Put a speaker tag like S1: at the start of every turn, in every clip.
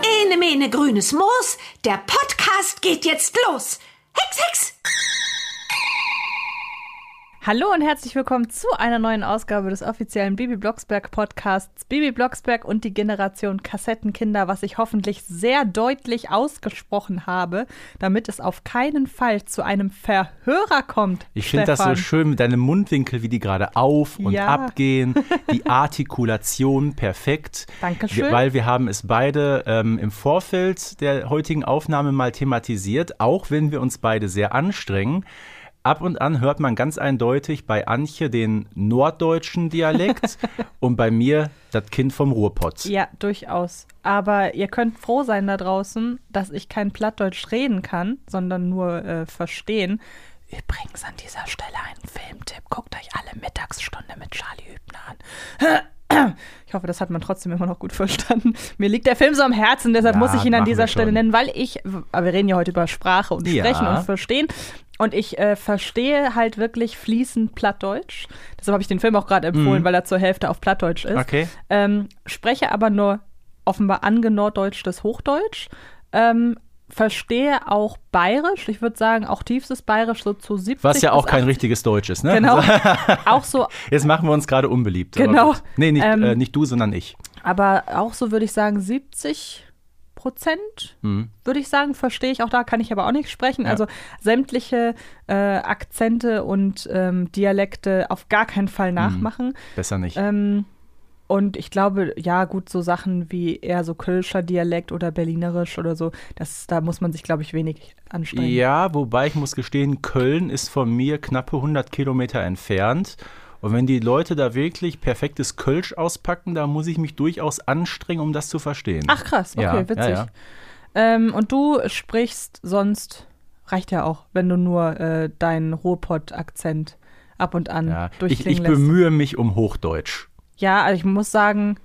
S1: Schweine grünes Moos. Der Podcast geht jetzt los. Hex, hex!
S2: Hallo und herzlich willkommen zu einer neuen Ausgabe des offiziellen Bibi Blocksberg Podcasts Bibi Blocksberg und die Generation Kassettenkinder, was ich hoffentlich sehr deutlich ausgesprochen habe, damit es auf keinen Fall zu einem Verhörer kommt.
S3: Ich finde das so
S2: Stefan.
S3: schön mit deinem Mundwinkel, wie die gerade auf und
S2: Ja.
S3: abgehen. Die Artikulation perfekt.
S2: Dankeschön.
S3: Wir, weil wir haben es beide ähm, im Vorfeld der heutigen Aufnahme mal thematisiert, auch wenn wir uns beide sehr anstrengen. Ab und an hört man ganz eindeutig bei Antje den norddeutschen Dialekt und bei mir das Kind vom Ruhrpott.
S2: Ja, durchaus. Aber ihr könnt froh sein da draußen, dass ich kein Plattdeutsch reden kann, sondern nur äh, verstehen. Übrigens an dieser Stelle ein Filmtipp. Guckt euch alle Mittagsstunde mit Charlie Hübner an. Ich hoffe, das hat man trotzdem immer noch gut verstanden. Mir liegt der Film so am Herzen, deshalb
S3: Ja,
S2: muss ich ihn an
S3: machen
S2: dieser
S3: wir
S2: Stelle
S3: schon.
S2: nennen, weil ich, aber wir reden ja heute über Sprache und
S3: Ja.
S2: Sprechen und Verstehen. Und ich äh, verstehe halt wirklich fließend Plattdeutsch. Deshalb habe ich den Film auch gerade empfohlen, weil er zur Hälfte auf Plattdeutsch ist.
S3: Mhm. Okay.
S2: Ähm, spreche aber nur offenbar angenorddeutschtes Hochdeutsch. Ähm, verstehe auch Bayerisch. Ich würde sagen, auch tiefstes Bayerisch so zu 70.
S3: Was ja
S2: bis
S3: auch kein
S2: 80
S3: richtiges Deutsch ist, ne?
S2: Genau. auch so,
S3: Jetzt machen wir uns gerade unbeliebt. aber
S2: Genau.
S3: gut. Nee, nicht,
S2: Ähm,
S3: äh, nicht du, sondern ich.
S2: aber auch so würde ich sagen 70 Prozent, würde ich sagen, verstehe ich auch da, kann ich aber auch nicht sprechen.
S3: Mhm. Ja.
S2: Also sämtliche äh, Akzente und ähm, Dialekte auf gar keinen Fall
S3: Mhm.
S2: nachmachen.
S3: Besser nicht.
S2: Ähm, und ich glaube, ja, gut, so Sachen wie eher so Kölscher Dialekt oder Berlinerisch oder so, das, da muss man sich, glaube ich, wenig anstrengen.
S3: Ja, wobei ich muss gestehen, Köln ist von mir knappe 100 Kilometer entfernt. Und wenn die Leute da wirklich perfektes Kölsch auspacken, da muss ich mich durchaus anstrengen, um das zu verstehen.
S2: Ach krass, okay,
S3: Ja, ja,
S2: witzig.
S3: ja.
S2: Ähm, und du sprichst sonst, reicht ja auch, wenn du nur äh, deinen Ruhrpott-Akzent ab und an
S3: ja. Ich, ich
S2: durchklingen lässt.
S3: bemühe mich um Hochdeutsch.
S2: Ja, also ich muss sagen,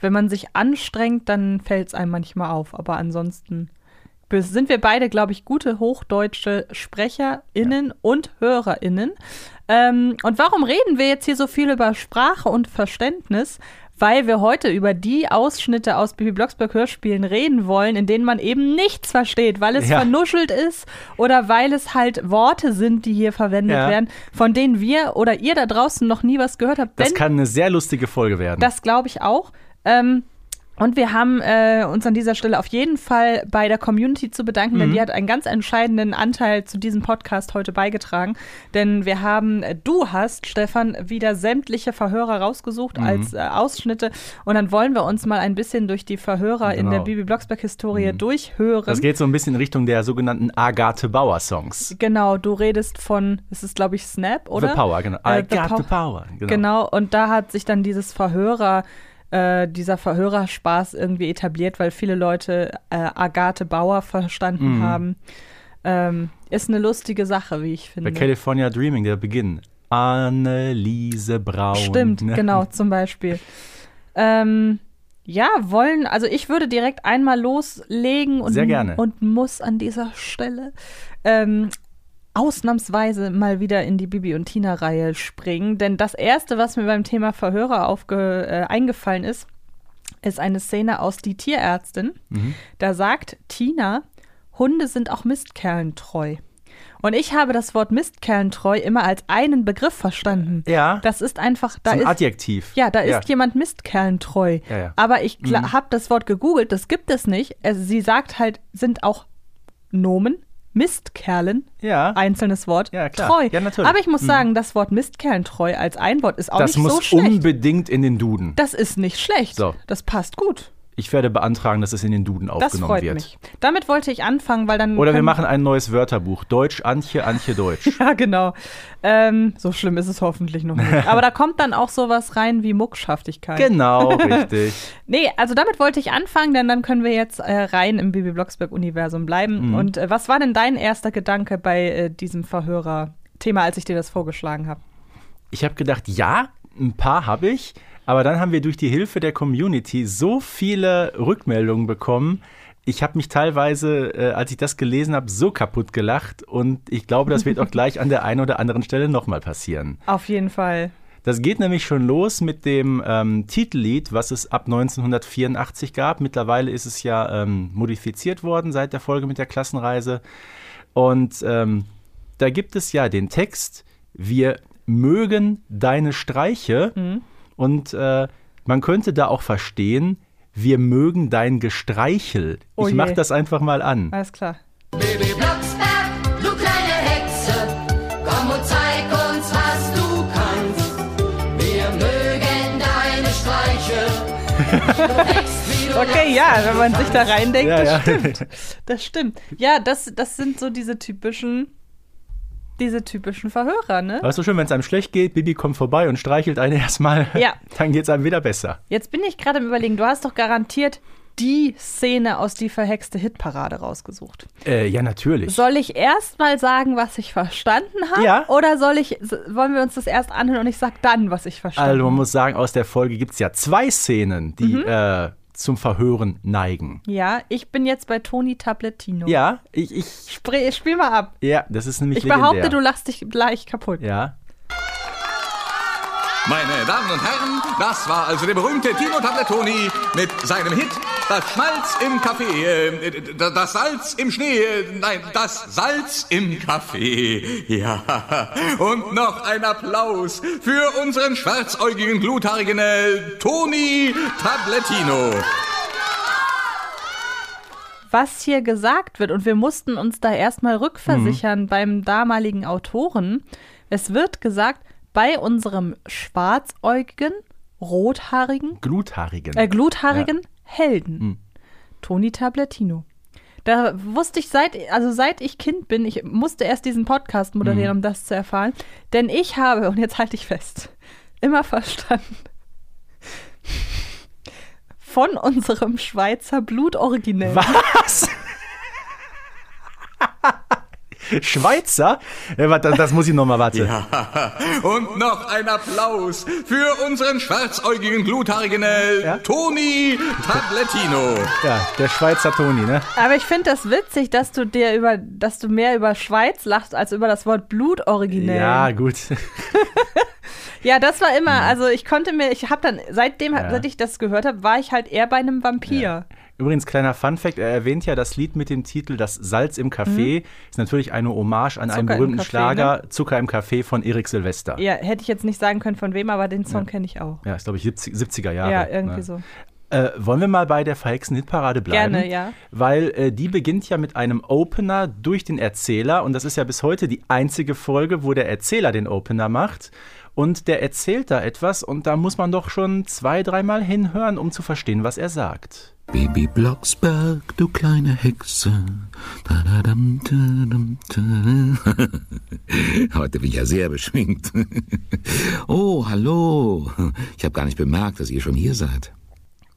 S2: wenn man sich anstrengt, dann fällt es einem manchmal auf. Aber ansonsten bes- sind wir beide, glaube ich, gute hochdeutsche SprecherInnen und HörerInnen. Ähm, und warum reden wir jetzt hier so viel über Sprache und Verständnis? Weil wir heute über die Ausschnitte aus Bibi Blocksberg Hörspielen reden wollen, in denen man eben nichts versteht, weil es
S3: Ja.
S2: vernuschelt ist oder weil es halt Worte sind, die hier verwendet
S3: Ja.
S2: werden, von denen wir oder ihr da draußen noch nie was gehört habt.
S3: Das
S2: Wenn
S3: kann eine sehr lustige Folge werden.
S2: das glaube ich auch. Ähm, und wir haben äh, uns an dieser Stelle auf jeden Fall bei der Community zu bedanken,
S3: Mhm.
S2: denn die hat einen ganz entscheidenden Anteil zu diesem Podcast heute beigetragen. Denn wir haben, äh, du hast, Stefan, wieder sämtliche Verhörer rausgesucht
S3: Mhm.
S2: als äh, Ausschnitte. Und dann wollen wir uns mal ein bisschen durch die Verhörer in
S3: Genau. Mhm.
S2: der Bibi Blocksberg-Historie durchhören.
S3: Das geht so ein bisschen in Richtung der sogenannten Agathe Bauer Songs.
S2: genau, du redest von, es ist glaube ich Snap, oder?
S3: The Power, genau.
S2: Äh,
S3: I
S2: the
S3: got the
S2: Pow-
S3: Power. Genau.
S2: Genau. und da hat sich dann dieses Verhörer, äh, dieser Verhörerspaß irgendwie etabliert, weil viele Leute äh, Agathe Bauer verstanden haben. Ähm, ist eine lustige Sache, wie ich
S3: Bei
S2: finde.
S3: California Dreaming, der Beginn. Anneliese Braun.
S2: Stimmt,
S3: ne?
S2: genau, zum Beispiel. Ähm, ja, wollen, also ich würde direkt einmal loslegen und,
S3: Sehr gerne.
S2: und muss an dieser Stelle ähm, ausnahmsweise mal wieder in die Bibi und Tina-Reihe springen. Denn das Erste, was mir beim Thema Verhörer aufge, äh, eingefallen ist, ist eine Szene aus Die Tierärztin.
S3: Mhm.
S2: Da sagt Tina, Hunde sind auch Mistkerlen treu. Und ich habe das Wort Mistkerlentreu immer als einen Begriff verstanden.
S3: Ja.
S2: Das ist einfach, da
S3: so ein
S2: ist,
S3: Adjektiv.
S2: ja, da ist jemand Mistkerlentreu.
S3: Ja, Mhm. ja.
S2: Aber ich habe das Wort gegoogelt, das gibt es nicht. Also sie sagt halt, sind auch Nomen Mistkerlen,
S3: Ja.
S2: einzelnes Wort,
S3: Ja, klar.
S2: treu.
S3: Ja, natürlich. Mhm.
S2: Aber ich muss sagen, das Wort Mistkerlentreu als ein Wort ist auch
S3: Das
S2: nicht so
S3: muss
S2: schlecht.
S3: unbedingt in den Duden.
S2: Das ist nicht schlecht.
S3: So.
S2: Das passt gut.
S3: Ich werde beantragen, dass es in den Duden
S2: Das
S3: aufgenommen
S2: freut
S3: wird.
S2: mich. Damit wollte ich anfangen, weil dann
S3: Oder wir
S2: können-
S3: machen ein neues Wörterbuch. Deutsch, Antje, Antje, Deutsch.
S2: Ja, genau. Ähm, so schlimm ist es hoffentlich noch nicht. Aber da kommt dann auch sowas rein wie Muckschaftigkeit.
S3: genau, richtig.
S2: Nee, also damit wollte ich anfangen, denn dann können wir jetzt äh, rein im Bibi Blocksberg-Universum
S3: Mhm.
S2: bleiben. Und äh, was war denn dein erster Gedanke bei äh, diesem Verhörer-Thema, als ich dir das vorgeschlagen habe?
S3: Ich habe gedacht, ja, ein paar habe ich. Aber dann haben wir durch die Hilfe der Community so viele Rückmeldungen bekommen. Ich habe mich teilweise, äh, als ich das gelesen habe, so kaputt gelacht. Und ich glaube, das wird auch gleich an der einen oder anderen Stelle nochmal passieren.
S2: Auf jeden Fall.
S3: Das geht nämlich schon los mit dem ähm, Titellied, was es ab 1984 gab. Mittlerweile ist es ja ähm, modifiziert worden seit der Folge mit der Klassenreise. Und ähm, da gibt es ja den Text, wir mögen deine Streiche.
S2: Mhm.
S3: Und äh, man könnte da auch verstehen, wir mögen dein Gestreichel.
S2: Oh
S3: ich
S2: je.
S3: mach das einfach mal an.
S2: Alles klar.
S4: Baby Blocksberg, du kleine Hexe, komm und zeig uns, was du kannst. Wir mögen deine Streiche. Du wächst, wie du
S2: Okay, ja, wenn man sich da reindenkt,
S3: Ja,
S2: das
S3: ja.
S2: stimmt. Das stimmt. Ja, das, das sind so diese typischen, diese typischen Verhörer, ne?
S3: Aber ist so schön, wenn es einem schlecht geht, Bibi kommt vorbei und streichelt einen erstmal.
S2: Ja.
S3: Dann geht es einem wieder besser.
S2: Jetzt bin ich gerade am überlegen, du hast doch garantiert die Szene aus die verhexte Hitparade rausgesucht.
S3: Äh, ja, natürlich.
S2: Soll ich erst mal sagen, was ich verstanden habe?
S3: Ja.
S2: Oder soll ich, s- wollen wir uns das erst anhören und ich sag dann, was ich verstanden
S3: Also man
S2: habe?
S3: muss sagen, aus der Folge gibt es ja zwei Szenen, die
S2: Mhm.
S3: äh, zum Verhören neigen.
S2: Ja, ich bin jetzt bei Toni Tablettino.
S3: Ja, ich, ich,
S2: Spre spiel mal ab.
S3: ja, das ist nämlich
S2: Ich behaupte, du
S3: legendär.
S2: lachst dich gleich kaputt.
S3: Ja,
S5: Meine Damen und Herren, das war also der berühmte Tino Tablettoni mit seinem Hit Das Schmalz im Kaffee, äh, d- das Salz im Schnee, äh, nein, das Salz im Kaffee. Ja, und noch ein Applaus für unseren schwarzäugigen, gluthaarigen äh, Toni Tablettino.
S2: was hier gesagt wird. Und wir mussten uns da erstmal
S3: Mhm.
S2: rückversichern beim damaligen Autoren. Es wird gesagt, bei unserem schwarzäugigen, rothaarigen,
S3: gluthaarigen.
S2: äh, gluthaarigen Helden,
S3: Hm.
S2: Toni Tablettino. Da wusste ich seit, also seit ich Kind bin, ich musste erst diesen Podcast moderieren,
S3: Hm.
S2: um das zu erfahren. Denn ich habe, und jetzt halte ich fest, immer verstanden, von unserem Schweizer Blutoriginell.
S3: Was? Schweizer? Äh, warte, Das, das muss ich nochmal warten.
S5: Und noch ein Applaus für unseren schwarzäugigen, gluthaarigen äh,
S3: Ja?
S5: Toni Tablettino.
S3: ja, der Schweizer Toni, ne?
S2: Aber ich finde das witzig, dass du dir über, dass du mehr über Schweiz lachst als über das Wort Blutoriginell.
S3: Ja, gut.
S2: ja, das war immer, also ich konnte mir, ich habe dann, seitdem,
S3: Ja.
S2: seit ich das gehört habe, war ich halt eher bei einem Vampir.
S3: Übrigens, kleiner Fun-Fact: Er erwähnt ja das Lied mit dem Titel Das Salz im Kaffee. Ist natürlich eine Hommage an einen
S2: Mhm. Zucker im
S3: berühmten
S2: Kaffee,
S3: Schlager, Zucker im Kaffee von Erik Silvester.
S2: Ja. hätte ich jetzt nicht sagen können, von wem, aber den Song kenne ich auch.
S3: Ja, ist glaube ich 70, 70er Jahre.
S2: Ja, irgendwie
S3: ne?
S2: so.
S3: Äh, wollen wir mal bei der verhexten Hitparade bleiben?
S2: Gerne, ja.
S3: Weil äh, die beginnt ja mit einem Opener durch den Erzähler und das ist ja bis heute die einzige Folge, wo der Erzähler den Opener macht. Und der erzählt da etwas und da muss man doch schon zwei, dreimal hinhören, um zu verstehen, was er sagt.
S6: Baby Blocksberg, du kleine Hexe. Tadadam, tadadam, tadadam. Heute bin ich ja sehr beschwingt. Oh, hallo. Ich habe gar nicht bemerkt, dass ihr schon hier seid.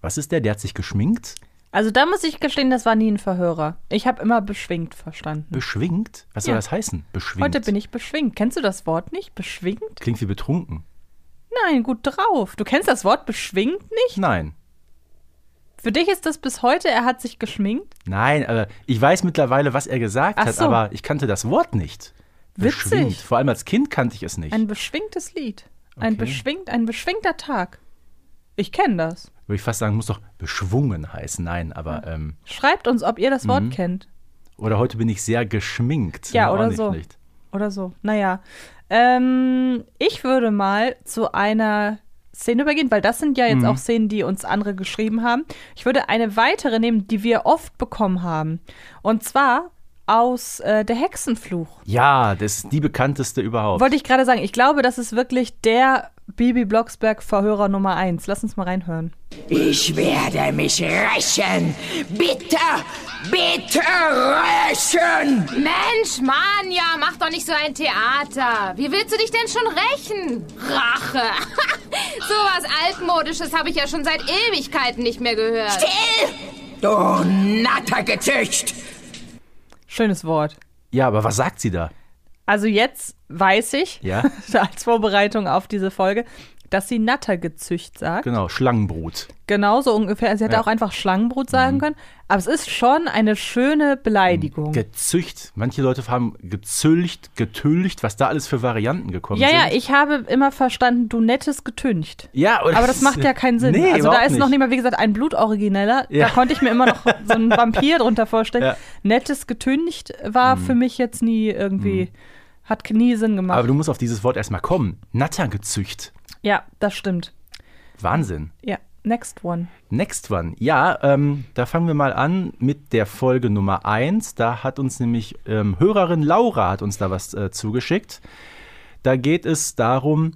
S3: Was ist der? Der hat sich geschminkt?
S2: Also da muss ich gestehen, das war nie ein Verhörer. Ich habe immer beschwingt verstanden.
S3: Beschwingt? Was soll
S2: Ja.
S3: das heißen? Beschwingt.
S2: Heute bin ich beschwingt. Kennst du das Wort nicht? Beschwingt?
S3: Klingt wie betrunken.
S2: Nein, gut drauf. Du kennst das Wort beschwingt nicht?
S3: Nein.
S2: Für dich ist das bis heute, er hat sich geschminkt?
S3: Nein, aber ich weiß mittlerweile, was er gesagt
S2: Ach
S3: hat,
S2: so.
S3: aber ich kannte das Wort nicht.
S2: Witzig.
S3: Beschwingt. Vor allem als Kind kannte ich es nicht.
S2: Ein beschwingtes Lied. Ein,
S3: Okay.
S2: beschwingt, ein beschwingter Tag. Ich kenne das.
S3: Würde ich fast sagen, muss doch beschwungen heißen. Nein, aber ähm,
S2: Schreibt uns, ob ihr das
S3: Mhm.
S2: Wort kennt.
S3: oder heute bin ich sehr geschminkt. Ne?
S2: Ja,
S3: Auch
S2: oder
S3: nicht
S2: so.
S3: schlecht.
S2: Oder so. Naja. Ähm, ich würde mal zu einer Szene übergehen, weil das sind ja
S3: Mhm.
S2: jetzt auch Szenen, die uns andere geschrieben haben. Ich würde eine weitere nehmen, die wir oft bekommen haben. Und zwar aus äh, der Hexenfluch.
S3: Ja, das ist die bekannteste überhaupt.
S2: Wollte ich gerade sagen, ich glaube, das ist wirklich der Bibi Blocksberg-Verhörer Nummer 1. Lass uns mal reinhören.
S4: Ich werde mich rächen. Bitte, bitte rächen.
S7: Mensch, Manja, mach doch nicht so ein Theater. Wie willst du dich denn schon rächen? Rache. Sowas altmodisches habe ich ja schon seit Ewigkeiten nicht mehr gehört.
S4: Du Nattergezücht.
S2: Schönes Wort.
S3: ja, aber was sagt sie da?
S2: Also jetzt weiß ich,
S3: Ja.
S2: als Vorbereitung auf diese Folge, dass sie Nattergezücht sagt.
S3: Genau, Schlangenbrut.
S2: Genauso ungefähr. also Sie hätte
S3: Ja. Mhm.
S2: auch einfach Schlangenbrut sagen können. Aber es ist schon eine schöne Beleidigung.
S3: Gezücht. Manche Leute haben gezülcht, getülcht, was da alles für Varianten gekommen
S2: Ja,
S3: sind.
S2: ja, ich habe immer verstanden, du nettes Getüncht.
S3: Ja,
S2: Aber das macht ja keinen Sinn.
S3: Nee,
S2: also da
S3: überhaupt
S2: ist noch
S3: nicht.
S2: nicht mal, wie gesagt, ein Blutorigineller.
S3: Ja.
S2: Da konnte ich mir immer noch so einen Vampir drunter vorstellen.
S3: Ja. Mhm.
S2: Nettes Getüncht war für mich jetzt nie irgendwie, hat nie Sinn gemacht.
S3: Aber du musst auf dieses Wort erstmal kommen. Nattergezücht.
S2: ja, das stimmt.
S3: Wahnsinn.
S2: Ja, next one.
S3: Next one. Ja, ähm, da fangen wir mal an mit der Folge Nummer 1. Da hat uns nämlich ähm, Hörerin Laura hat uns da was äh, zugeschickt. Da geht es darum,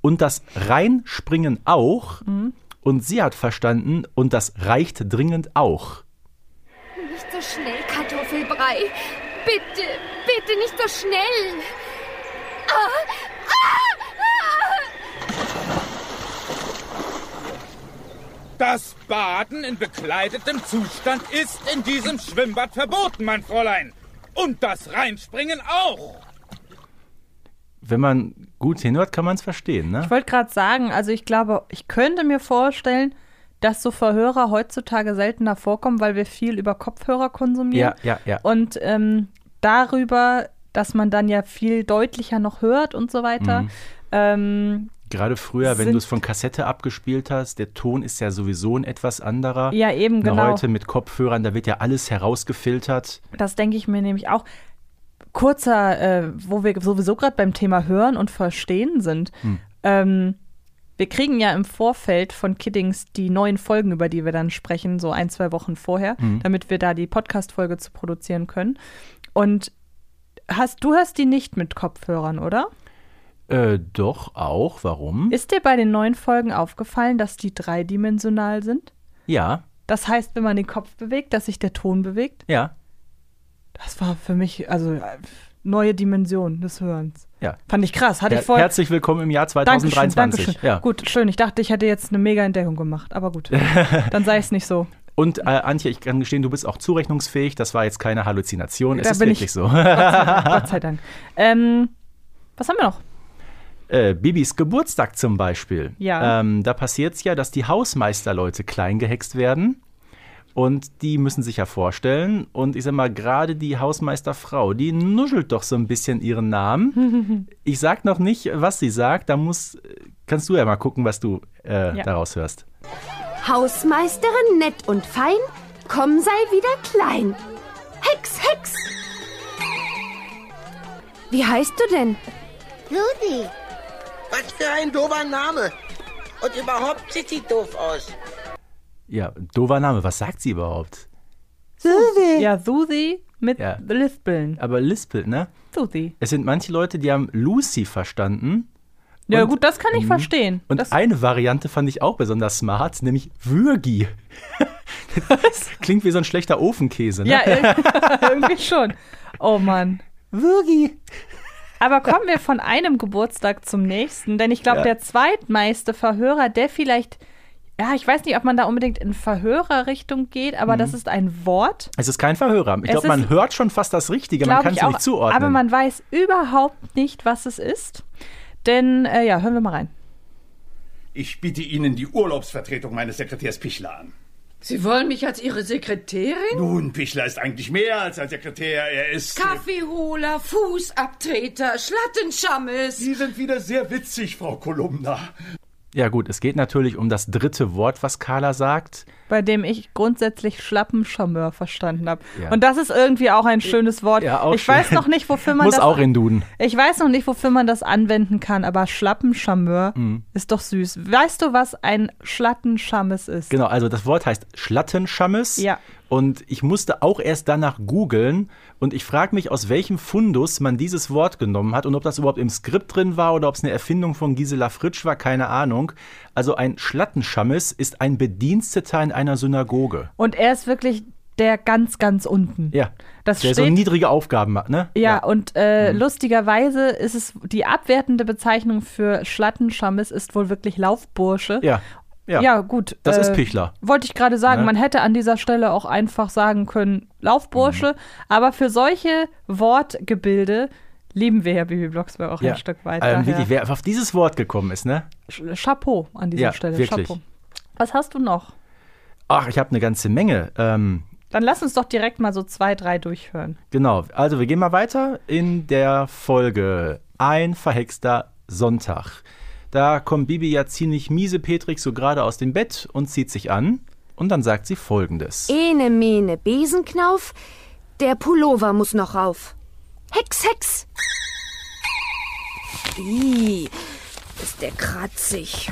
S3: und das Reinspringen auch.
S2: Mhm.
S3: Und sie hat verstanden, und das reicht dringend auch.
S8: Nicht so schnell, Kartoffelbrei. Bitte, bitte nicht so schnell.
S9: Das Baden in bekleidetem Zustand ist in diesem Schwimmbad verboten, mein Fräulein. Und das Reinspringen auch.
S3: Wenn man gut hinhört, kann man es verstehen, ne?
S2: Ich wollte gerade sagen, also ich glaube, ich könnte mir vorstellen, dass so Verhörer heutzutage seltener vorkommen, weil wir viel über Kopfhörer konsumieren.
S3: Ja, ja, ja.
S2: Und ähm, darüber, dass man dann ja viel deutlicher noch hört und so weiter.
S3: Mhm.
S2: Ähm,
S3: Gerade früher, wenn
S2: Sind-
S3: du es von Kassette abgespielt hast, der Ton ist ja sowieso ein etwas anderer.
S2: Ja, eben,
S3: Na,
S2: genau.
S3: Heute mit Kopfhörern, da wird ja alles herausgefiltert.
S2: das denke ich mir nämlich auch. Kurzer, äh, wo wir sowieso gerade beim Thema Hören und Verstehen sind. Ähm, wir kriegen ja im Vorfeld von Kiddings die neuen Folgen, über die wir dann sprechen, so ein, zwei Wochen vorher, damit wir da die Podcast-Folge zu produzieren können. Und hast, du hörst die nicht mit Kopfhörern, oder?
S3: Äh, doch, auch. Warum?
S2: Ist dir bei den neuen Folgen aufgefallen, dass die dreidimensional sind?
S3: ja,
S2: Das heißt, wenn man den Kopf bewegt, dass sich der Ton bewegt?
S3: ja,
S2: Das war für mich, also äh, neue Dimension des Hörens.
S3: ja.
S2: Fand ich krass. Hatte
S3: Her
S2: ich vorher.
S3: Herzlich willkommen im Jahr
S2: Dankeschön,
S3: 2023.
S2: Dankeschön.
S3: Ja.
S2: Gut, schön. Ich dachte, ich hätte jetzt eine mega Entdeckung gemacht. Aber gut, dann sei es nicht so.
S3: Und äh, Antje, ich kann gestehen, du bist auch zurechnungsfähig. Das war jetzt keine Halluzination. Es
S2: Da
S3: ist
S2: bin ich-
S3: wirklich so.
S2: Gott sei Dank. Ähm, was haben wir noch?
S3: äh, Bibis Geburtstag zum Beispiel.
S2: Ja.
S3: Ähm, da passiert es ja, dass die Hausmeisterleute klein gehext werden. Und die müssen sich ja vorstellen. Und ich sag mal, gerade die Hausmeisterfrau, die nuschelt doch so ein bisschen ihren Namen. ich sag noch nicht, was sie sagt. Da muss, kannst du ja mal gucken, was du äh,
S2: Ja.
S3: daraus hörst.
S8: Hausmeisterin nett und fein, komm sei wieder klein. Hex, Hex. Wie heißt du denn?
S10: Judy. Was für ein dober Name. Und überhaupt sieht sie doof aus.
S3: Ja, doofer Name. Was sagt sie überhaupt?
S2: Ja, Susi mit
S3: Ja.
S2: Lispeln.
S3: Aber lispelt, ne?
S2: Susi.
S3: Es sind manche Leute, die haben Lucy verstanden.
S2: Ja,
S3: Und- Mhm.
S2: gut, das kann ich verstehen.
S3: Und
S2: das,
S3: eine Variante fand ich auch besonders smart, nämlich Würgi. Klingt wie so ein schlechter Ofenkäse, ne?
S2: ja, ir- irgendwie schon. Oh Mann.
S3: Würgi.
S2: Aber kommen wir von einem Geburtstag zum nächsten, denn ich glaube, der zweitmeiste Verhörer, der vielleicht, ja, ich weiß nicht, ob man da unbedingt in Verhörerrichtung geht, aber
S3: Mhm.
S2: das ist ein Wort.
S3: Es ist kein Verhörer. Ich
S2: Es
S3: glaube, man
S2: ist-
S3: hört schon fast das Richtige, man
S2: glaub
S3: kann es
S2: ich
S3: nur
S2: auch,
S3: nicht zuordnen.
S2: Aber man weiß überhaupt nicht, was es ist. Denn, äh, ja, hören wir mal rein.
S11: Ich biete Ihnen die Urlaubsvertretung meines Sekretärs Pichler an.
S4: Sie wollen mich als Ihre Sekretärin?
S11: Nun, Pichler ist eigentlich mehr als ein Sekretär. Er ist.
S4: Kaffeeholer, Fußabtreter, Schlattenschammels.
S11: Sie sind wieder sehr witzig, Frau Kolumna.
S3: ja gut, es geht natürlich um das dritte Wort, was Carla sagt.
S2: Bei dem ich grundsätzlich Schlappenscharmeur verstanden habe.
S3: Ja.
S2: Und das ist irgendwie auch ein schönes Wort.
S3: Ja, auch
S2: ich
S3: schön.
S2: weiß noch nicht, wofür man
S3: Muss
S2: das
S3: auch in Duden.
S2: Ich weiß noch nicht, wofür man das anwenden kann, aber Schlappenscharmeur
S3: Mhm.
S2: ist doch süß. Weißt du, was ein Schlattenschammes ist?
S3: Genau, also das Wort heißt Schlattenschammes.
S2: Ja.
S3: Und ich musste auch erst danach googeln und ich frage mich, aus welchem Fundus man dieses Wort genommen hat und ob das überhaupt im Skript drin war oder ob es eine Erfindung von Gisela Fritsch war, keine Ahnung. Also ein Schlattenschammes ist ein Bediensteter in einer Synagoge.
S2: Und er ist wirklich der ganz, ganz unten.
S3: Ja.
S2: Das
S3: der
S2: steht.
S3: so niedrige Aufgaben macht, ne?
S2: ja, und äh,
S3: Mhm.
S2: lustigerweise ist es die abwertende Bezeichnung für Schlattenschammes ist wohl wirklich Laufbursche.
S3: Ja.
S2: Ja,
S3: Ja.
S2: gut.
S3: Das
S2: äh,
S3: ist Pichler.
S2: Wollte ich gerade sagen,
S3: Ne?
S2: man hätte an dieser Stelle auch
S3: Mhm.
S2: einfach sagen können, Laufbursche. Aber für solche Wortgebilde lieben wir ja Bibi Blocksberg auch
S3: Ja.
S2: ein Stück weit.
S3: Ähm,
S2: daher
S3: wirklich, wer auf dieses Wort gekommen ist, ne?
S2: Sch- Chapeau an dieser
S3: Ja,
S2: Stelle.
S3: wirklich.
S2: Chapeau. Was hast du noch?
S3: Ach, ich habe eine ganze Menge. Ähm,
S2: Dann lass uns doch direkt mal so zwei, drei durchhören.
S3: genau, also wir gehen mal weiter in der Folge Ein verhexter Sonntag. Da kommt Bibi ja ziemlich miese Petrik so gerade aus dem Bett und zieht sich an. Und dann sagt sie folgendes.
S8: Ene Mene Besenknauf, der Pullover muss noch rauf. Hex, Hex! Ih, ist der kratzig.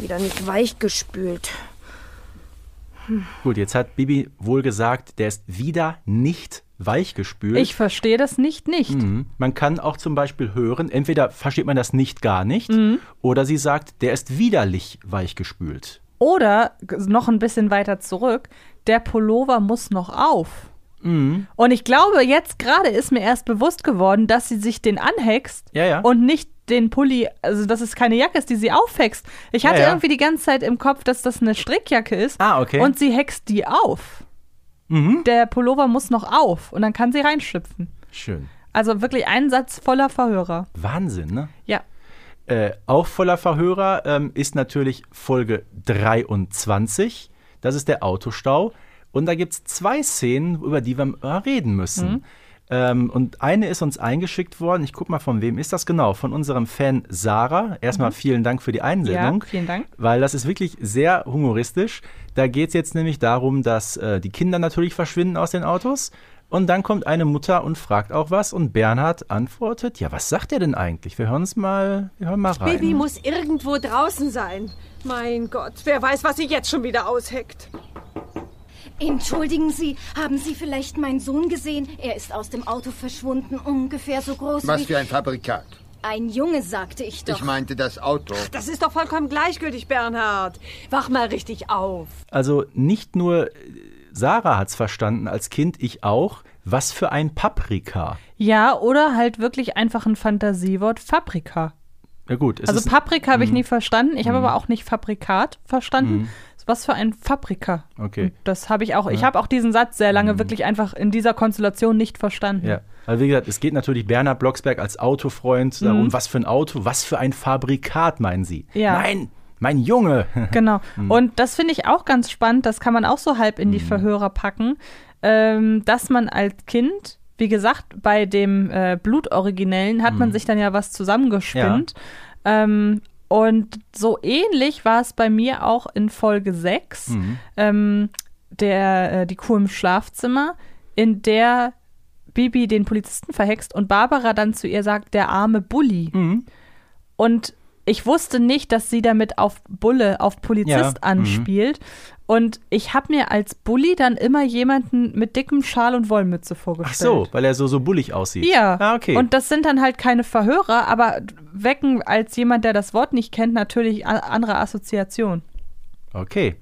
S8: Wieder nicht weich gespült.
S3: Gut, jetzt hat Bibi wohl gesagt, der ist wieder nicht weichgespült.
S2: Ich verstehe das nicht, nicht.
S3: Mhm. Man kann auch zum Beispiel hören, entweder versteht man das nicht gar nicht, oder sie sagt, der ist widerlich weichgespült.
S2: Oder g- noch ein bisschen weiter zurück, der Pullover muss noch auf.
S3: Mhm.
S2: Und ich glaube, jetzt gerade ist mir erst bewusst geworden, dass sie sich den anhext
S3: Ja, ja.
S2: und nicht den Pulli, also dass es keine Jacke ist, die sie aufhext. Ich hatte
S3: Ja, ja.
S2: irgendwie die ganze Zeit im Kopf, dass das eine Strickjacke ist.
S3: Ah, okay. Mhm.
S2: Und sie hext die auf. Der Pullover muss noch auf und dann kann sie reinschlüpfen.
S3: Schön.
S2: Also wirklich ein Satz voller Verhörer.
S3: Wahnsinn, ne?
S2: Ja.
S3: Äh, auch voller Verhörer ähm, ist natürlich Folge 23. Das ist der Autostau. Und da gibt es zwei Szenen, über die wir mal reden müssen.
S2: Mhm.
S3: Ähm, und eine ist uns eingeschickt worden. Ich guck mal, von wem ist das genau? Von unserem Fan Sarah. Erstmal vielen Dank für die Einsendung.
S2: Mhm. Ja, vielen Dank.
S3: Weil das ist wirklich sehr humoristisch. Da geht es jetzt nämlich darum, dass äh, die Kinder natürlich verschwinden aus den Autos. Und dann kommt eine Mutter und fragt auch was. Und Bernhard antwortet: Ja, was sagt er denn eigentlich? Wir hören es mal, wir hören mal rein.
S12: Baby muss irgendwo draußen sein. Mein Gott, wer weiß, was sie jetzt schon wieder ausheckt.
S13: Entschuldigen Sie, haben Sie vielleicht meinen Sohn gesehen? Er ist aus dem Auto verschwunden, ungefähr so groß
S14: Was
S13: wie...
S14: für ein Fabrikat.
S13: Ein Junge, sagte ich doch.
S14: Ich meinte das Auto.
S12: Das ist doch vollkommen gleichgültig, Bernhard. Wach mal richtig auf.
S3: Also nicht nur äh, Sarah hat es verstanden, als Kind ich auch. Was für ein Paprika.
S2: Ja, oder halt wirklich einfach ein Fantasiewort Fabrika.
S3: Ja, gut. es
S2: also
S3: ist-
S2: Paprika habe ich
S3: Mhm.
S2: nie verstanden. Ich habe
S3: Mhm.
S2: aber auch nicht Fabrikat verstanden.
S3: Mhm.
S2: Was für ein Fabrika.
S3: Okay.
S2: Und das habe ich auch. Ich
S3: Ja. Hm.
S2: habe auch diesen Satz sehr lange wirklich einfach in dieser Konstellation nicht verstanden.
S3: Ja. Also wie gesagt, es geht natürlich Bernhard Blocksberg als Autofreund
S2: Mhm.
S3: darum, was für ein Auto, was für ein Fabrikat meinen Sie?
S2: Ja.
S3: Nein, mein Junge.
S2: Genau.
S3: Mhm.
S2: Und das finde ich auch ganz spannend. Das kann man auch so halb in
S15: Mhm.
S2: die Verhörer packen, ähm, dass man als Kind, wie gesagt, bei dem äh, Blutoriginellen hat man
S15: Mhm.
S2: sich dann ja was zusammengespinnt. Ähm, und so ähnlich war es bei mir auch in Folge 6,
S15: Mhm.
S2: ähm, der, äh, die Kur im Schlafzimmer, in der Bibi den Polizisten verhext und Barbara dann zu ihr sagt, der arme Bulli.
S3: Mhm.
S2: Und ich wusste nicht, dass sie damit auf Bulle, auf
S3: mhm.
S2: Polizist
S15: Ja,
S2: anspielt. Und ich habe mir als Bulli dann immer jemanden mit dickem Schal und Wollmütze
S3: Ach
S2: vorgestellt.
S3: so, weil er so, so bullig aussieht.
S2: Ja.
S3: Ah, okay.
S2: Und das sind dann halt keine Verhörer, aber wecken als jemand, der das Wort nicht kennt, natürlich a- andere Assoziation.
S3: Okay.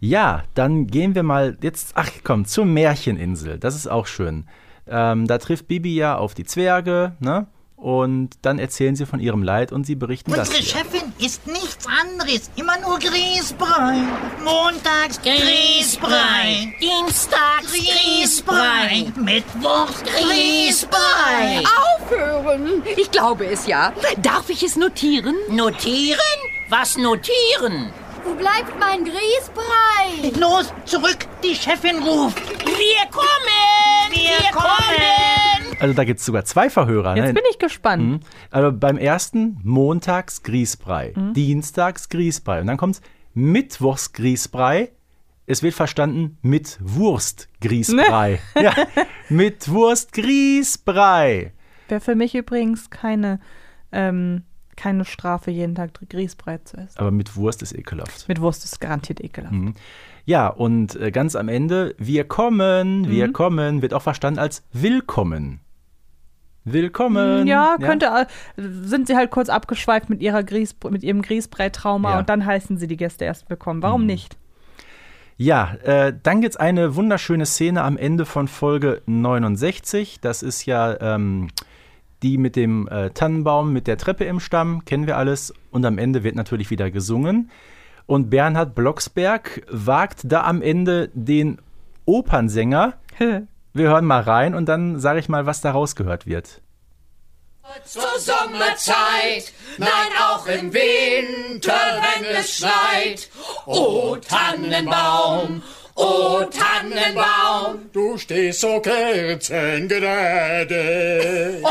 S3: Ja, dann gehen wir mal jetzt, ach komm, zur Märcheninsel. Das ist auch schön. Ähm, da trifft Bibi ja auf die Zwerge, ne? Und dann erzählen sie von ihrem Leid und sie berichten das.
S16: Unsere
S3: Hier.
S16: Chefin ist nichts anderes. Immer nur Grießbrei. Montags
S4: Grießbrei.
S16: Grießbrei. Dienstags Grießbrei. Mittwochs Grießbrei.
S17: Aufhören! Ich glaube es ja. Darf ich es notieren?
S16: Notieren? Was notieren?
S17: Wo bleibt mein Grießbrei?
S16: Los, zurück. Die Chefin ruft. Wir kommen. Wir, kommen.
S3: Also da gibt es sogar zwei Verhörer.
S2: Jetzt
S3: ne?
S2: bin ich gespannt.
S3: Mhm. Also beim ersten montags Grießbrei,
S2: Mhm.
S3: dienstags Grießbrei und dann kommt mittwochs Grießbrei. Es wird verstanden mit Wurst Grießbrei.
S2: Ne?
S3: Ja, mit Wurst Grießbrei.
S2: Wäre für mich übrigens keine, ähm, keine Strafe, jeden Tag Grießbrei zu essen.
S3: Aber mit Wurst ist ekelhaft.
S2: Mit Wurst ist garantiert ekelhaft.
S3: Mhm. Ja, und äh, ganz am Ende, wir kommen, wir
S2: Mhm.
S3: kommen, wird auch verstanden als willkommen. Willkommen.
S2: Ja, könnte. äh, Sind sie halt kurz abgeschweift mit, ihrer Grieß, mit ihrem Grießbrei-Trauma
S3: Ja.
S2: und dann heißen sie die Gäste erst willkommen. Warum nicht?
S3: Ja, äh, dann gibt es eine wunderschöne Szene am Ende von Folge 69. Das ist ja ähm, die mit dem äh, Tannenbaum, mit der Treppe im Stamm, kennen wir alles. Und am Ende wird natürlich wieder gesungen. Und Bernhard Blocksberg wagt da am Ende den Opernsänger.
S2: Wir
S3: hören mal rein und dann sage ich mal, was daraus gehört wird.
S4: zur Sommerzeit, nein auch im Winter, wenn es schneit. O Tannenbaum, o Tannenbaum,
S14: Du stehst so kerzengerade.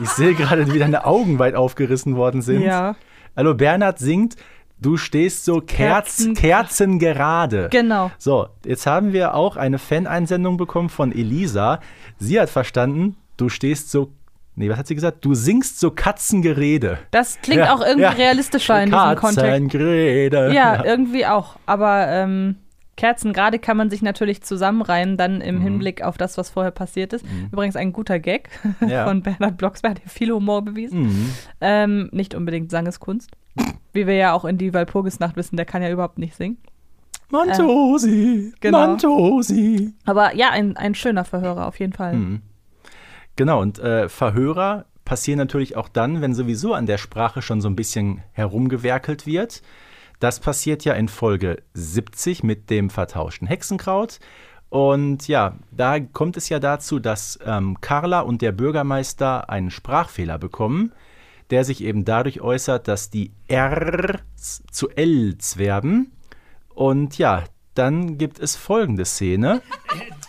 S3: Ich sehe gerade, wie deine Augen weit aufgerissen worden sind.
S2: Ja.
S3: Hallo, Bernhard singt, du stehst so Kerz,
S2: Kerzen-
S3: kerzengerade.
S2: Genau.
S3: So, jetzt haben wir auch eine Fan-Einsendung bekommen von Elisa. Sie hat verstanden, du stehst so. Nee, was hat sie gesagt? Du singst so Katzengerede.
S2: Das klingt auch irgendwie realistischer in diesem Kontext.
S3: Katzengerede.
S2: Ja, irgendwie auch. Aber ähm, Kerzen gerade kann man sich natürlich zusammenreimen, dann im Hinblick auf das, was vorher passiert ist. Übrigens ein guter Gag
S4: Ja.
S2: von Bernhard Blocksberg, der viel Humor bewiesen.
S4: Mhm.
S2: Ähm, nicht unbedingt Sangeskunst. Wie wir ja auch in die Walpurgisnacht wissen, der kann ja überhaupt nicht singen.
S3: Mantosi,
S2: äh, genau.
S3: Mantosi.
S2: Aber ja, ein, ein schöner Verhörer auf jeden Fall.
S3: Mhm. Genau, und äh, Verhörer passieren natürlich auch dann, wenn sowieso an der Sprache schon so ein bisschen herumgewerkelt wird. Das passiert ja in Folge 70 mit dem vertauschten Hexenkraut. Und ja, da kommt es ja dazu, dass ähm, Carla und der Bürgermeister einen Sprachfehler bekommen, der sich eben dadurch äußert, dass die R zu Ls werden. Und ja, dann gibt es folgende Szene.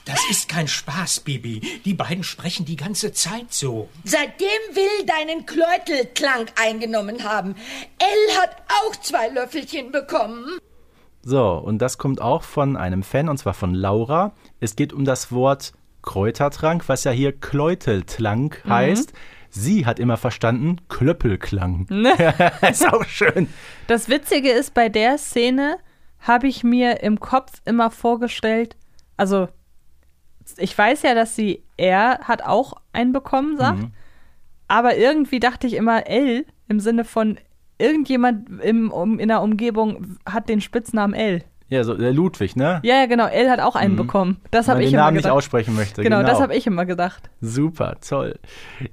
S15: Das ist kein Spaß, Bibi. Die beiden sprechen die ganze Zeit so.
S18: Seitdem Will deinen Kleutelklang eingenommen haben. Elle hat auch zwei Löffelchen bekommen.
S3: So, und das kommt auch von einem Fan, und zwar von Laura. Es geht um das Wort Kräutertrank, was ja hier Kläuteltrank
S2: Mhm.
S3: heißt. Sie hat immer verstanden, Klöppelklang.
S2: Ne.
S3: ist auch schön.
S2: Das Witzige ist, bei der Szene habe ich mir im Kopf immer vorgestellt, also ich weiß ja, dass sie er hat auch einen bekommen, sagt,
S4: Mhm.
S2: aber irgendwie dachte ich immer L im Sinne von irgendjemand im, um, in der Umgebung hat den Spitznamen L.
S3: Ja, so der Ludwig, ne?
S2: Ja, ja, genau, L hat auch einen
S3: Mhm.
S2: bekommen. Das habe
S3: Weil
S2: ich
S3: den
S2: immer
S3: Namen nicht
S2: gedacht.
S3: aussprechen möchte,
S2: Genau, das
S3: genau.
S2: habe ich immer gedacht.
S3: Super, toll.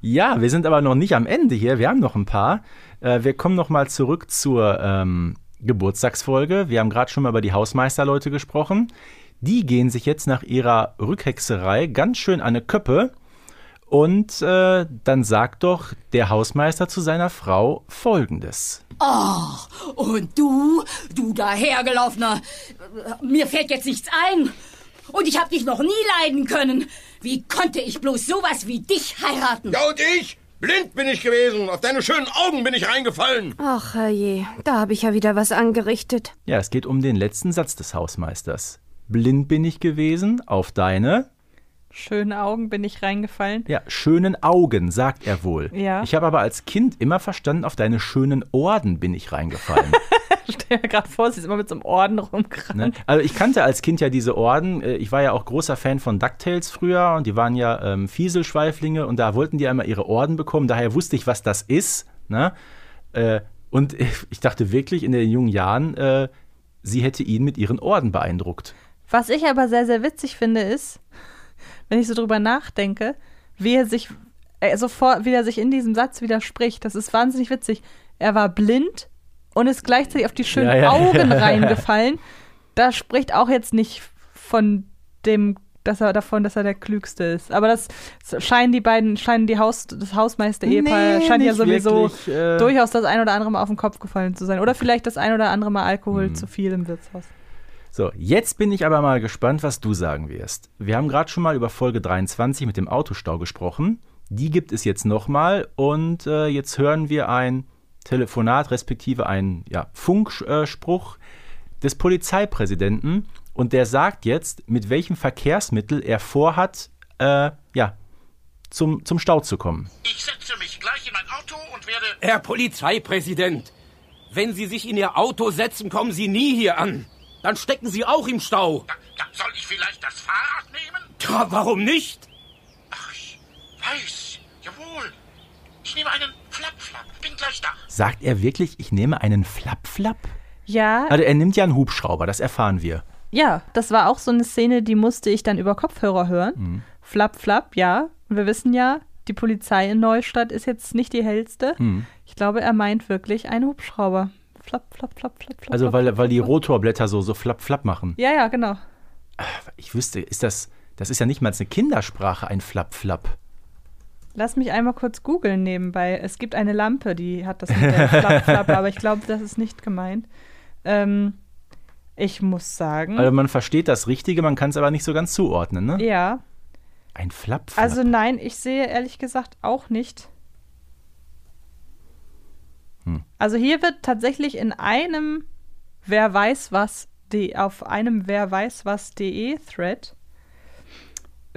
S3: Ja, wir sind aber noch nicht am Ende hier. Wir haben noch ein paar. Äh, wir kommen noch mal zurück zur ähm, Geburtstagsfolge. Wir haben gerade schon mal über die Hausmeisterleute gesprochen. Die gehen sich jetzt nach ihrer Rückhexerei ganz schön an eine Köppe. Und äh, dann sagt doch der Hausmeister zu seiner Frau Folgendes.
S19: Ach, und du, du dahergelaufener, mir fällt jetzt nichts ein. Und ich hab dich noch nie leiden können. Wie konnte ich bloß sowas wie dich heiraten?
S14: Ja, und ich? Blind bin ich gewesen. Auf deine schönen Augen bin ich reingefallen.
S8: Ach, herrje, da habe ich ja wieder was angerichtet.
S3: Ja, es geht um den letzten Satz des Hausmeisters. Blind bin ich gewesen auf deine
S2: Schöne Augen bin ich reingefallen.
S3: Ja, schönen Augen, sagt er wohl.
S2: Ja.
S3: Ich habe aber als Kind immer verstanden, auf deine schönen Orden bin ich reingefallen.
S2: Stell mir gerade vor, sie ist immer mit so einem Orden rumgerannt.
S3: ne? Also ich kannte als Kind ja diese Orden. Äh, Ich war ja auch großer Fan von DuckTales früher und die waren ja ähm, Fieselschweiflinge und da wollten die einmal ihre Orden bekommen. Daher wusste ich, was das ist. Ne? Äh, und ich dachte wirklich in den jungen Jahren, äh, sie hätte ihn mit ihren Orden beeindruckt.
S2: Was ich aber sehr, sehr witzig finde, ist, wenn ich so drüber nachdenke, wie er sich äh, sofort, wie er sich in diesem Satz widerspricht. Das ist wahnsinnig witzig. Er war blind und ist gleichzeitig auf die schönen
S4: Ja, ja.
S2: Augen reingefallen. Da spricht auch jetzt nicht von dem, dass er davon, dass er der Klügste ist. Aber das scheinen die beiden, scheinen die Haus, das Hausmeister-Ehepaar
S3: Nee,
S2: scheint ja
S3: nicht
S2: sowieso
S3: wirklich, äh.
S2: durchaus das ein oder andere Mal auf den Kopf gefallen zu sein. Oder vielleicht das ein oder andere Mal Alkohol
S3: Hm.
S2: zu viel im Wirtshaus.
S3: So, jetzt bin ich aber mal gespannt, was du sagen wirst. Wir haben gerade schon mal über Folge 23 mit dem Autostau gesprochen. Die gibt es jetzt nochmal und äh, jetzt hören wir ein Telefonat respektive einen ja, Funkspruch des Polizeipräsidenten und der sagt jetzt, mit welchem Verkehrsmittel er vorhat, äh, ja, zum, zum Stau zu kommen.
S20: Ich setze mich gleich in mein Auto und werde.
S21: Herr Polizeipräsident, wenn Sie sich in Ihr Auto setzen, kommen Sie nie hier an. Dann stecken Sie auch im Stau.
S20: Dann soll ich vielleicht das Fahrrad nehmen?
S21: Tja, warum nicht?
S20: Weiß. Jawohl. Ich nehme einen Flap-Flap. Bin gleich da.
S3: Sagt er wirklich, ich nehme einen Flap-Flap?
S2: Ja.
S3: Also er nimmt ja einen Hubschrauber, das erfahren wir.
S2: Ja, das war auch so eine Szene, die musste ich dann über Kopfhörer hören.
S3: Mhm.
S2: Flap, flap, ja. Und wir wissen ja, die Polizei in Neustadt ist jetzt nicht die hellste.
S3: Mhm.
S2: Ich glaube, er meint wirklich einen Hubschrauber. Flap, flap, flap, flap, flap.
S3: Also
S2: flap.
S3: weil, weil die Rotorblätter so, so flap-flap machen.
S2: Ja, ja, genau.
S3: Ich wüsste, ist das, das ist ja nicht mal eine Kindersprache, ein Flap-Flap.
S2: Lass mich einmal kurz googeln nebenbei. Es gibt eine Lampe, die hat das mit der Flapp, Flapp, aber ich glaube, das ist nicht gemeint. Ähm, ich muss sagen,
S3: Also man versteht das Richtige, man kann es aber nicht so ganz zuordnen, ne?
S2: ja.
S3: Ein Flap.
S2: Also nein, ich sehe ehrlich gesagt auch nicht.
S3: Hm.
S2: Also hier wird tatsächlich in einem Wer weiß was, de, auf einem Wer weiß was.de Thread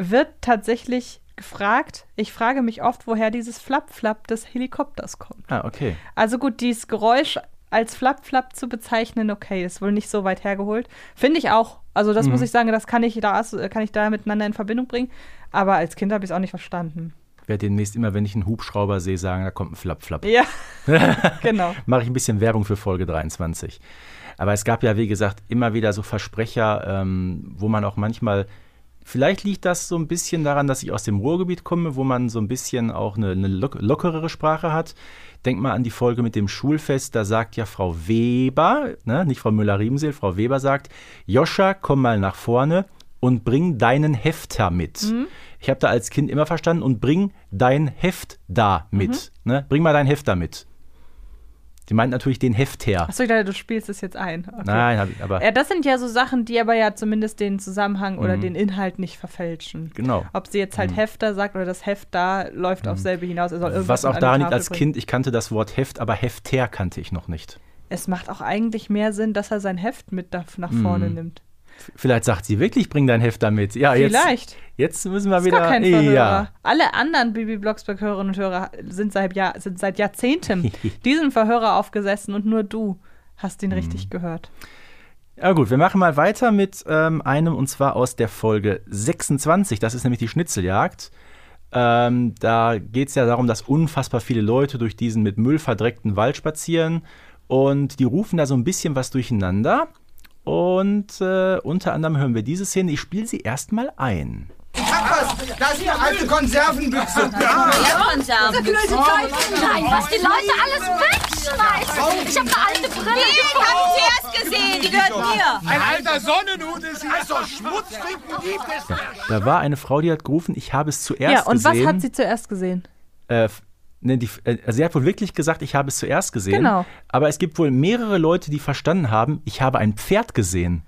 S2: wird tatsächlich gefragt, ich frage mich oft, woher dieses Flap-Flap des Helikopters kommt.
S3: ah, okay.
S2: Also gut, dieses Geräusch als Flap-Flap zu bezeichnen, okay, ist wohl nicht so weit hergeholt. Finde ich auch. Also das
S3: Mhm.
S2: muss ich sagen, das kann ich da, kann ich da miteinander in Verbindung bringen. Aber als Kind habe ich es auch nicht verstanden.
S3: Werde demnächst immer, wenn ich einen Hubschrauber sehe, sagen, da kommt ein Flap-Flap.
S2: Ja, genau.
S3: Mache ich ein bisschen Werbung für Folge 23. Aber es gab ja, wie gesagt, immer wieder so Versprecher, ähm, wo man auch manchmal. Vielleicht liegt das so ein bisschen daran, dass ich aus dem Ruhrgebiet komme, wo man so ein bisschen auch eine, eine lock lockerere Sprache hat. Denk mal an die Folge mit dem Schulfest, da sagt ja Frau Weber, ne, nicht Frau Müller-Riemsel, Frau Weber sagt, Joscha, komm mal nach vorne und bring deinen Hefter mit.
S1: Mhm.
S3: Ich habe da als Kind immer verstanden, und bring dein Heft da mit.
S2: Mhm.
S3: Ne? Bring mal dein Hefter mit. Die meint natürlich den Hefter.
S2: Achso, ich dachte, du spielst es jetzt ein. Okay.
S3: Nein, hab ich- aber-
S2: Ja, das sind ja so Sachen, die aber ja zumindest den Zusammenhang oder
S3: Mhm.
S2: den Inhalt nicht verfälschen.
S3: Genau.
S2: Ob sie jetzt halt
S3: Mhm.
S2: Hefter sagt oder das Heft da läuft auf selbe hinaus. Er soll irgendwas
S3: Was auch
S2: an der
S3: daran liegt,
S2: Tafel
S3: als
S2: bringen.
S3: Kind, ich kannte das Wort Heft, aber Hefter kannte ich noch nicht.
S2: Es macht auch eigentlich mehr Sinn, dass er sein Heft mit da- nach
S3: Mhm.
S2: vorne nimmt.
S3: Vielleicht sagt sie wirklich, bring dein Hefter mit. Ja, jetzt,
S2: Vielleicht.
S3: Jetzt müssen wir
S2: Ist
S3: wieder.
S2: gar kein Verhörer.
S3: ja.
S2: Alle anderen Bibi Blocksberg-Hörerinnen und Hörer sind seit, Jahr, sind seit Jahrzehnten diesen Verhörer aufgesessen und nur du hast ihn
S3: Mhm.
S2: richtig gehört.
S3: ja, Ah, gut, wir machen mal weiter mit ähm, einem und zwar aus der Folge 26. Das ist nämlich die Schnitzeljagd. Ähm, da geht es ja darum, dass unfassbar viele Leute durch diesen mit Müll verdreckten Wald spazieren und die rufen da so ein bisschen was durcheinander. Und äh, unter anderem hören wir diese Szene. Ich spiele sie erstmal ein.
S16: Das ist eine alte Konservenbüchse. Ja,
S4: Konserven.
S16: Diese blöde Zeitung.
S4: Nein, was die Leute alles
S16: wegschmeißen. Ich habe eine alte Brille.
S4: Nee, hab ich zuerst gesehen. Die gehört mir.
S16: Ein alter Sonnenhut ist hier. Also Schmutzfinken gibt es
S3: Ja, da war eine Frau, die hat gerufen, ich habe es zuerst
S2: ja, und
S3: gesehen.
S2: was hat sie zuerst gesehen?
S3: Äh, f- ne, die, f- äh, sie hat wohl wirklich gesagt, ich habe es zuerst gesehen.
S2: Genau.
S3: Aber es gibt wohl mehrere Leute, die verstanden haben, ich habe ein Pferd gesehen.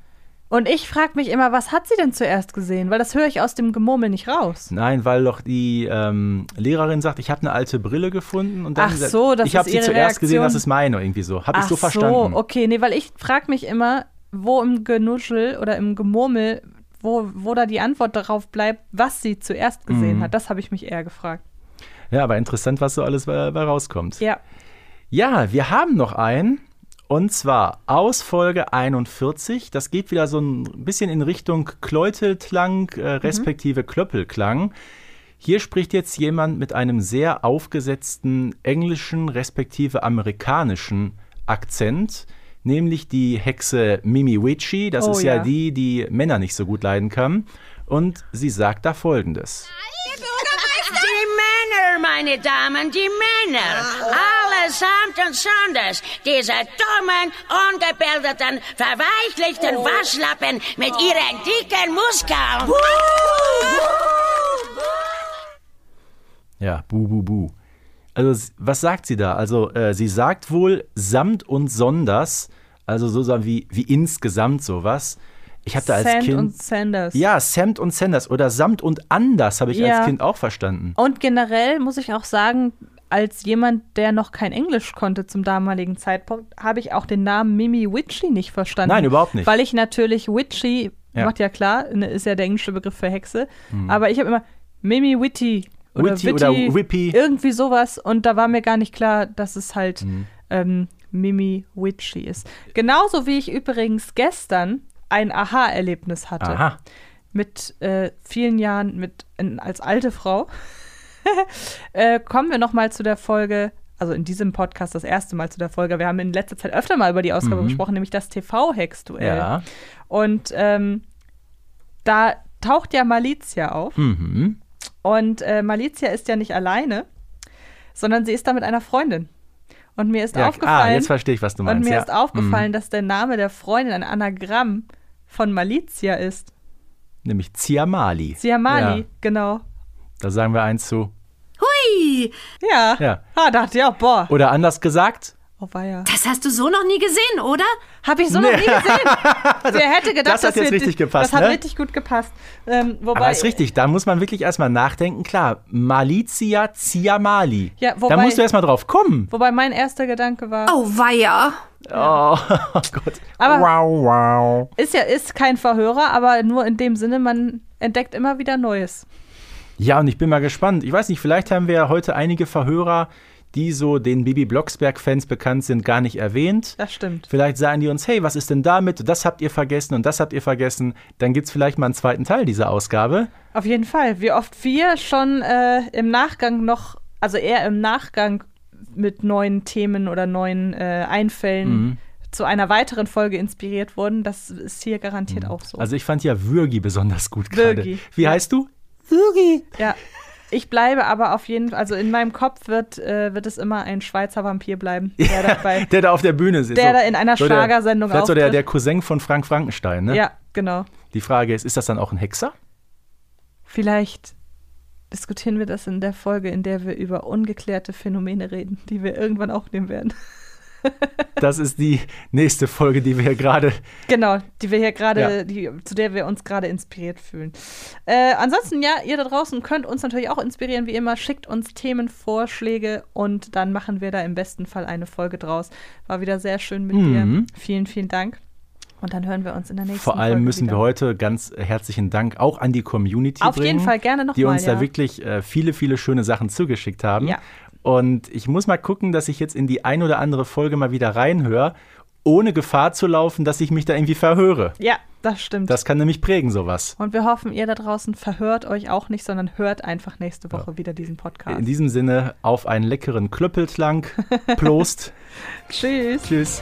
S2: Und ich frage mich immer, was hat sie denn zuerst gesehen? Weil das höre ich aus dem Gemurmel nicht raus.
S3: Nein, weil doch die ähm, Lehrerin sagt, ich habe eine alte Brille gefunden und dann
S2: Ach
S3: gesagt,
S2: so, das
S3: ich habe
S2: ist
S3: sie
S2: ihre
S3: zuerst gesehen,
S2: Reaktion.
S3: das ist meine irgendwie so. Habe ich
S2: Ach
S3: so verstanden.
S2: So, okay, nee, weil ich frage mich immer, wo im Genuschel oder im Gemurmel, wo, wo da die Antwort darauf bleibt, was sie zuerst gesehen
S3: Mhm.
S2: hat. Das habe ich mich eher gefragt.
S3: Ja, aber interessant, was so alles bei, bei rauskommt.
S2: Ja.
S3: Ja, wir haben noch einen. Und zwar aus Folge 41. Das geht wieder so ein bisschen in Richtung Kläutelklang, äh, respektive Klöppelklang. Hier spricht jetzt jemand mit einem sehr aufgesetzten englischen, respektive amerikanischen Akzent, nämlich die Hexe Mimi Witchy. Das
S22: Oh
S3: ist ja,
S22: ja.
S3: die, die Männer nicht so gut leiden kann. Und sie sagt da folgendes.
S22: Die Männer, meine Damen, die Männer. Allesamt und sonders. Diese dummen, ungebildeten, verweichlichten Waschlappen mit ihren dicken Muskeln.
S3: Ja, bu, bu, bu. Also, s- was sagt sie da? Also, äh, sie sagt wohl samt und sonders, also sozusagen wie, wie insgesamt sowas. Ich habe da als
S2: Sand
S3: Kind.
S2: und Sanders.
S3: ja, samt und senders oder samt und anders habe ich
S2: Ja.
S3: als Kind auch verstanden.
S2: Und generell muss ich auch sagen, als jemand, der noch kein Englisch konnte zum damaligen Zeitpunkt, habe ich auch den Namen Mimi Witchy nicht verstanden.
S3: Nein, überhaupt nicht.
S2: Weil ich natürlich Witchy,
S3: Ja.
S2: macht ja klar, ne, ist ja der englische Begriff für Hexe,
S3: Mhm.
S2: aber ich habe immer Mimi Witty oder
S3: Witty oder Whippy.
S2: Irgendwie sowas und da war mir gar nicht klar, dass es halt
S3: Hm.
S2: ähm, Mimi Witchy ist. Genauso wie ich übrigens gestern ein Aha-Erlebnis hatte
S3: Aha.
S2: mit äh, vielen Jahren mit in, als alte Frau. äh, kommen wir noch mal zu der Folge, also in diesem Podcast das erste Mal zu der Folge. Wir haben in letzter Zeit öfter mal über die Ausgabe
S3: Mhm.
S2: gesprochen, nämlich das TV-Hex-Duell.
S3: Ja.
S2: Und ähm, da taucht ja Malizia auf.
S3: Mhm.
S2: Und äh, Malizia ist ja nicht alleine, sondern sie ist da mit einer Freundin. Und mir ist
S3: Ja,
S2: aufgefallen.
S3: ah, jetzt verstehe ich, was du meinst,
S2: Und mir
S3: ja.
S2: ist aufgefallen,
S3: Mhm.
S2: dass der Name der Freundin ein Anagramm von Malizia ist.
S3: Nämlich Ziamali.
S2: Siamali,
S3: Ja,
S2: genau.
S3: da sagen wir eins zu.
S2: Hui!
S1: Baby.
S2: Ja.
S3: Ja.
S2: Ah, dachte ich auch, boah.
S3: Oder anders gesagt,
S2: Oh, weia.
S1: Das hast du so noch nie gesehen, oder?
S2: Habe ich so noch nie gesehen. Wer hätte gedacht,
S3: das hat
S2: dass wir
S3: jetzt richtig
S2: die-
S3: gepasst,
S2: Das hat
S3: ne?
S2: richtig gut gepasst. Ähm, wobei,
S3: aber ist richtig, da muss man wirklich erstmal nachdenken. Klar, Malizia Ziamali.
S2: Ja,
S3: da
S2: wobei-
S3: musst du erstmal drauf kommen.
S2: Wobei mein erster Gedanke war.
S1: Oh, weia.
S3: Oh, oh Gott.
S2: Aber-
S3: wow, wow.
S2: Ist ja ist kein Verhörer, aber nur in dem Sinne, man entdeckt immer wieder Neues.
S3: Ja, und ich bin mal gespannt. Ich weiß nicht, vielleicht haben wir ja heute einige Verhörer, die so den Bibi Blocksberg-Fans bekannt sind, gar nicht erwähnt.
S2: Das stimmt.
S3: Vielleicht sagen die uns, hey, was ist denn damit? Das habt ihr vergessen und das habt ihr vergessen. Dann gibt es vielleicht mal einen zweiten Teil dieser Ausgabe.
S2: Auf jeden Fall. Wie oft wir schon äh, im Nachgang noch, also eher im Nachgang mit neuen Themen oder neuen äh, Einfällen
S3: Mhm.
S2: zu einer weiteren Folge inspiriert wurden, das ist hier garantiert auch so.
S3: Also ich fand ja Würgi besonders gut gerade.
S2: Oh. Würgi.
S3: Wie heißt du?
S2: Hugi. Ja. Ich bleibe aber auf jeden Fall, also in meinem Kopf wird, äh, wird es immer ein Schweizer Vampir bleiben. Der dabei.
S3: Der da auf der Bühne sitzt.
S2: Der
S3: So-
S2: da in einer
S3: der-
S2: Schlagersendung
S3: Vielleicht so der,
S2: auftritt.
S3: der Cousin von Frank Frankenstein, ne?
S2: Ja, genau.
S3: Die Frage ist, ist das dann auch ein Hexer?
S2: Vielleicht diskutieren wir das in der Folge, in der wir über ungeklärte Phänomene reden, die wir irgendwann aufnehmen werden.
S3: Das ist die nächste Folge, die wir hier gerade
S2: Genau, die wir hier
S3: Ja.
S2: gerade, die- zu der wir uns gerade inspiriert fühlen. Äh, ansonsten, ja, ihr da draußen könnt uns natürlich auch inspirieren, wie immer. Schickt uns Themenvorschläge und dann machen wir da im besten Fall eine Folge draus. War wieder sehr schön mit dir.
S3: Mhm.
S2: Vielen, vielen Dank. Und dann hören wir uns in der nächsten
S3: Vor allem
S2: Folge
S3: müssen
S2: wieder.
S3: wir heute ganz herzlichen Dank auch an die Community
S2: Auf
S3: bringen,
S2: jeden Fall, gerne noch
S3: die
S2: mal,
S3: uns
S2: ja.
S3: da wirklich äh, viele, viele schöne Sachen zugeschickt haben.
S2: Ja.
S3: Und ich muss mal gucken, dass ich jetzt in die ein oder andere Folge mal wieder reinhöre, ohne Gefahr zu laufen, dass ich mich da irgendwie verhöre.
S2: Ja, das stimmt.
S3: Das kann nämlich prägen, sowas.
S2: und wir hoffen, ihr da draußen verhört euch auch nicht, sondern hört einfach nächste Woche wieder diesen Podcast.
S3: In diesem Sinne, auf einen leckeren Klöppeltlank. Prost.
S2: Tschüss.
S3: Tschüss.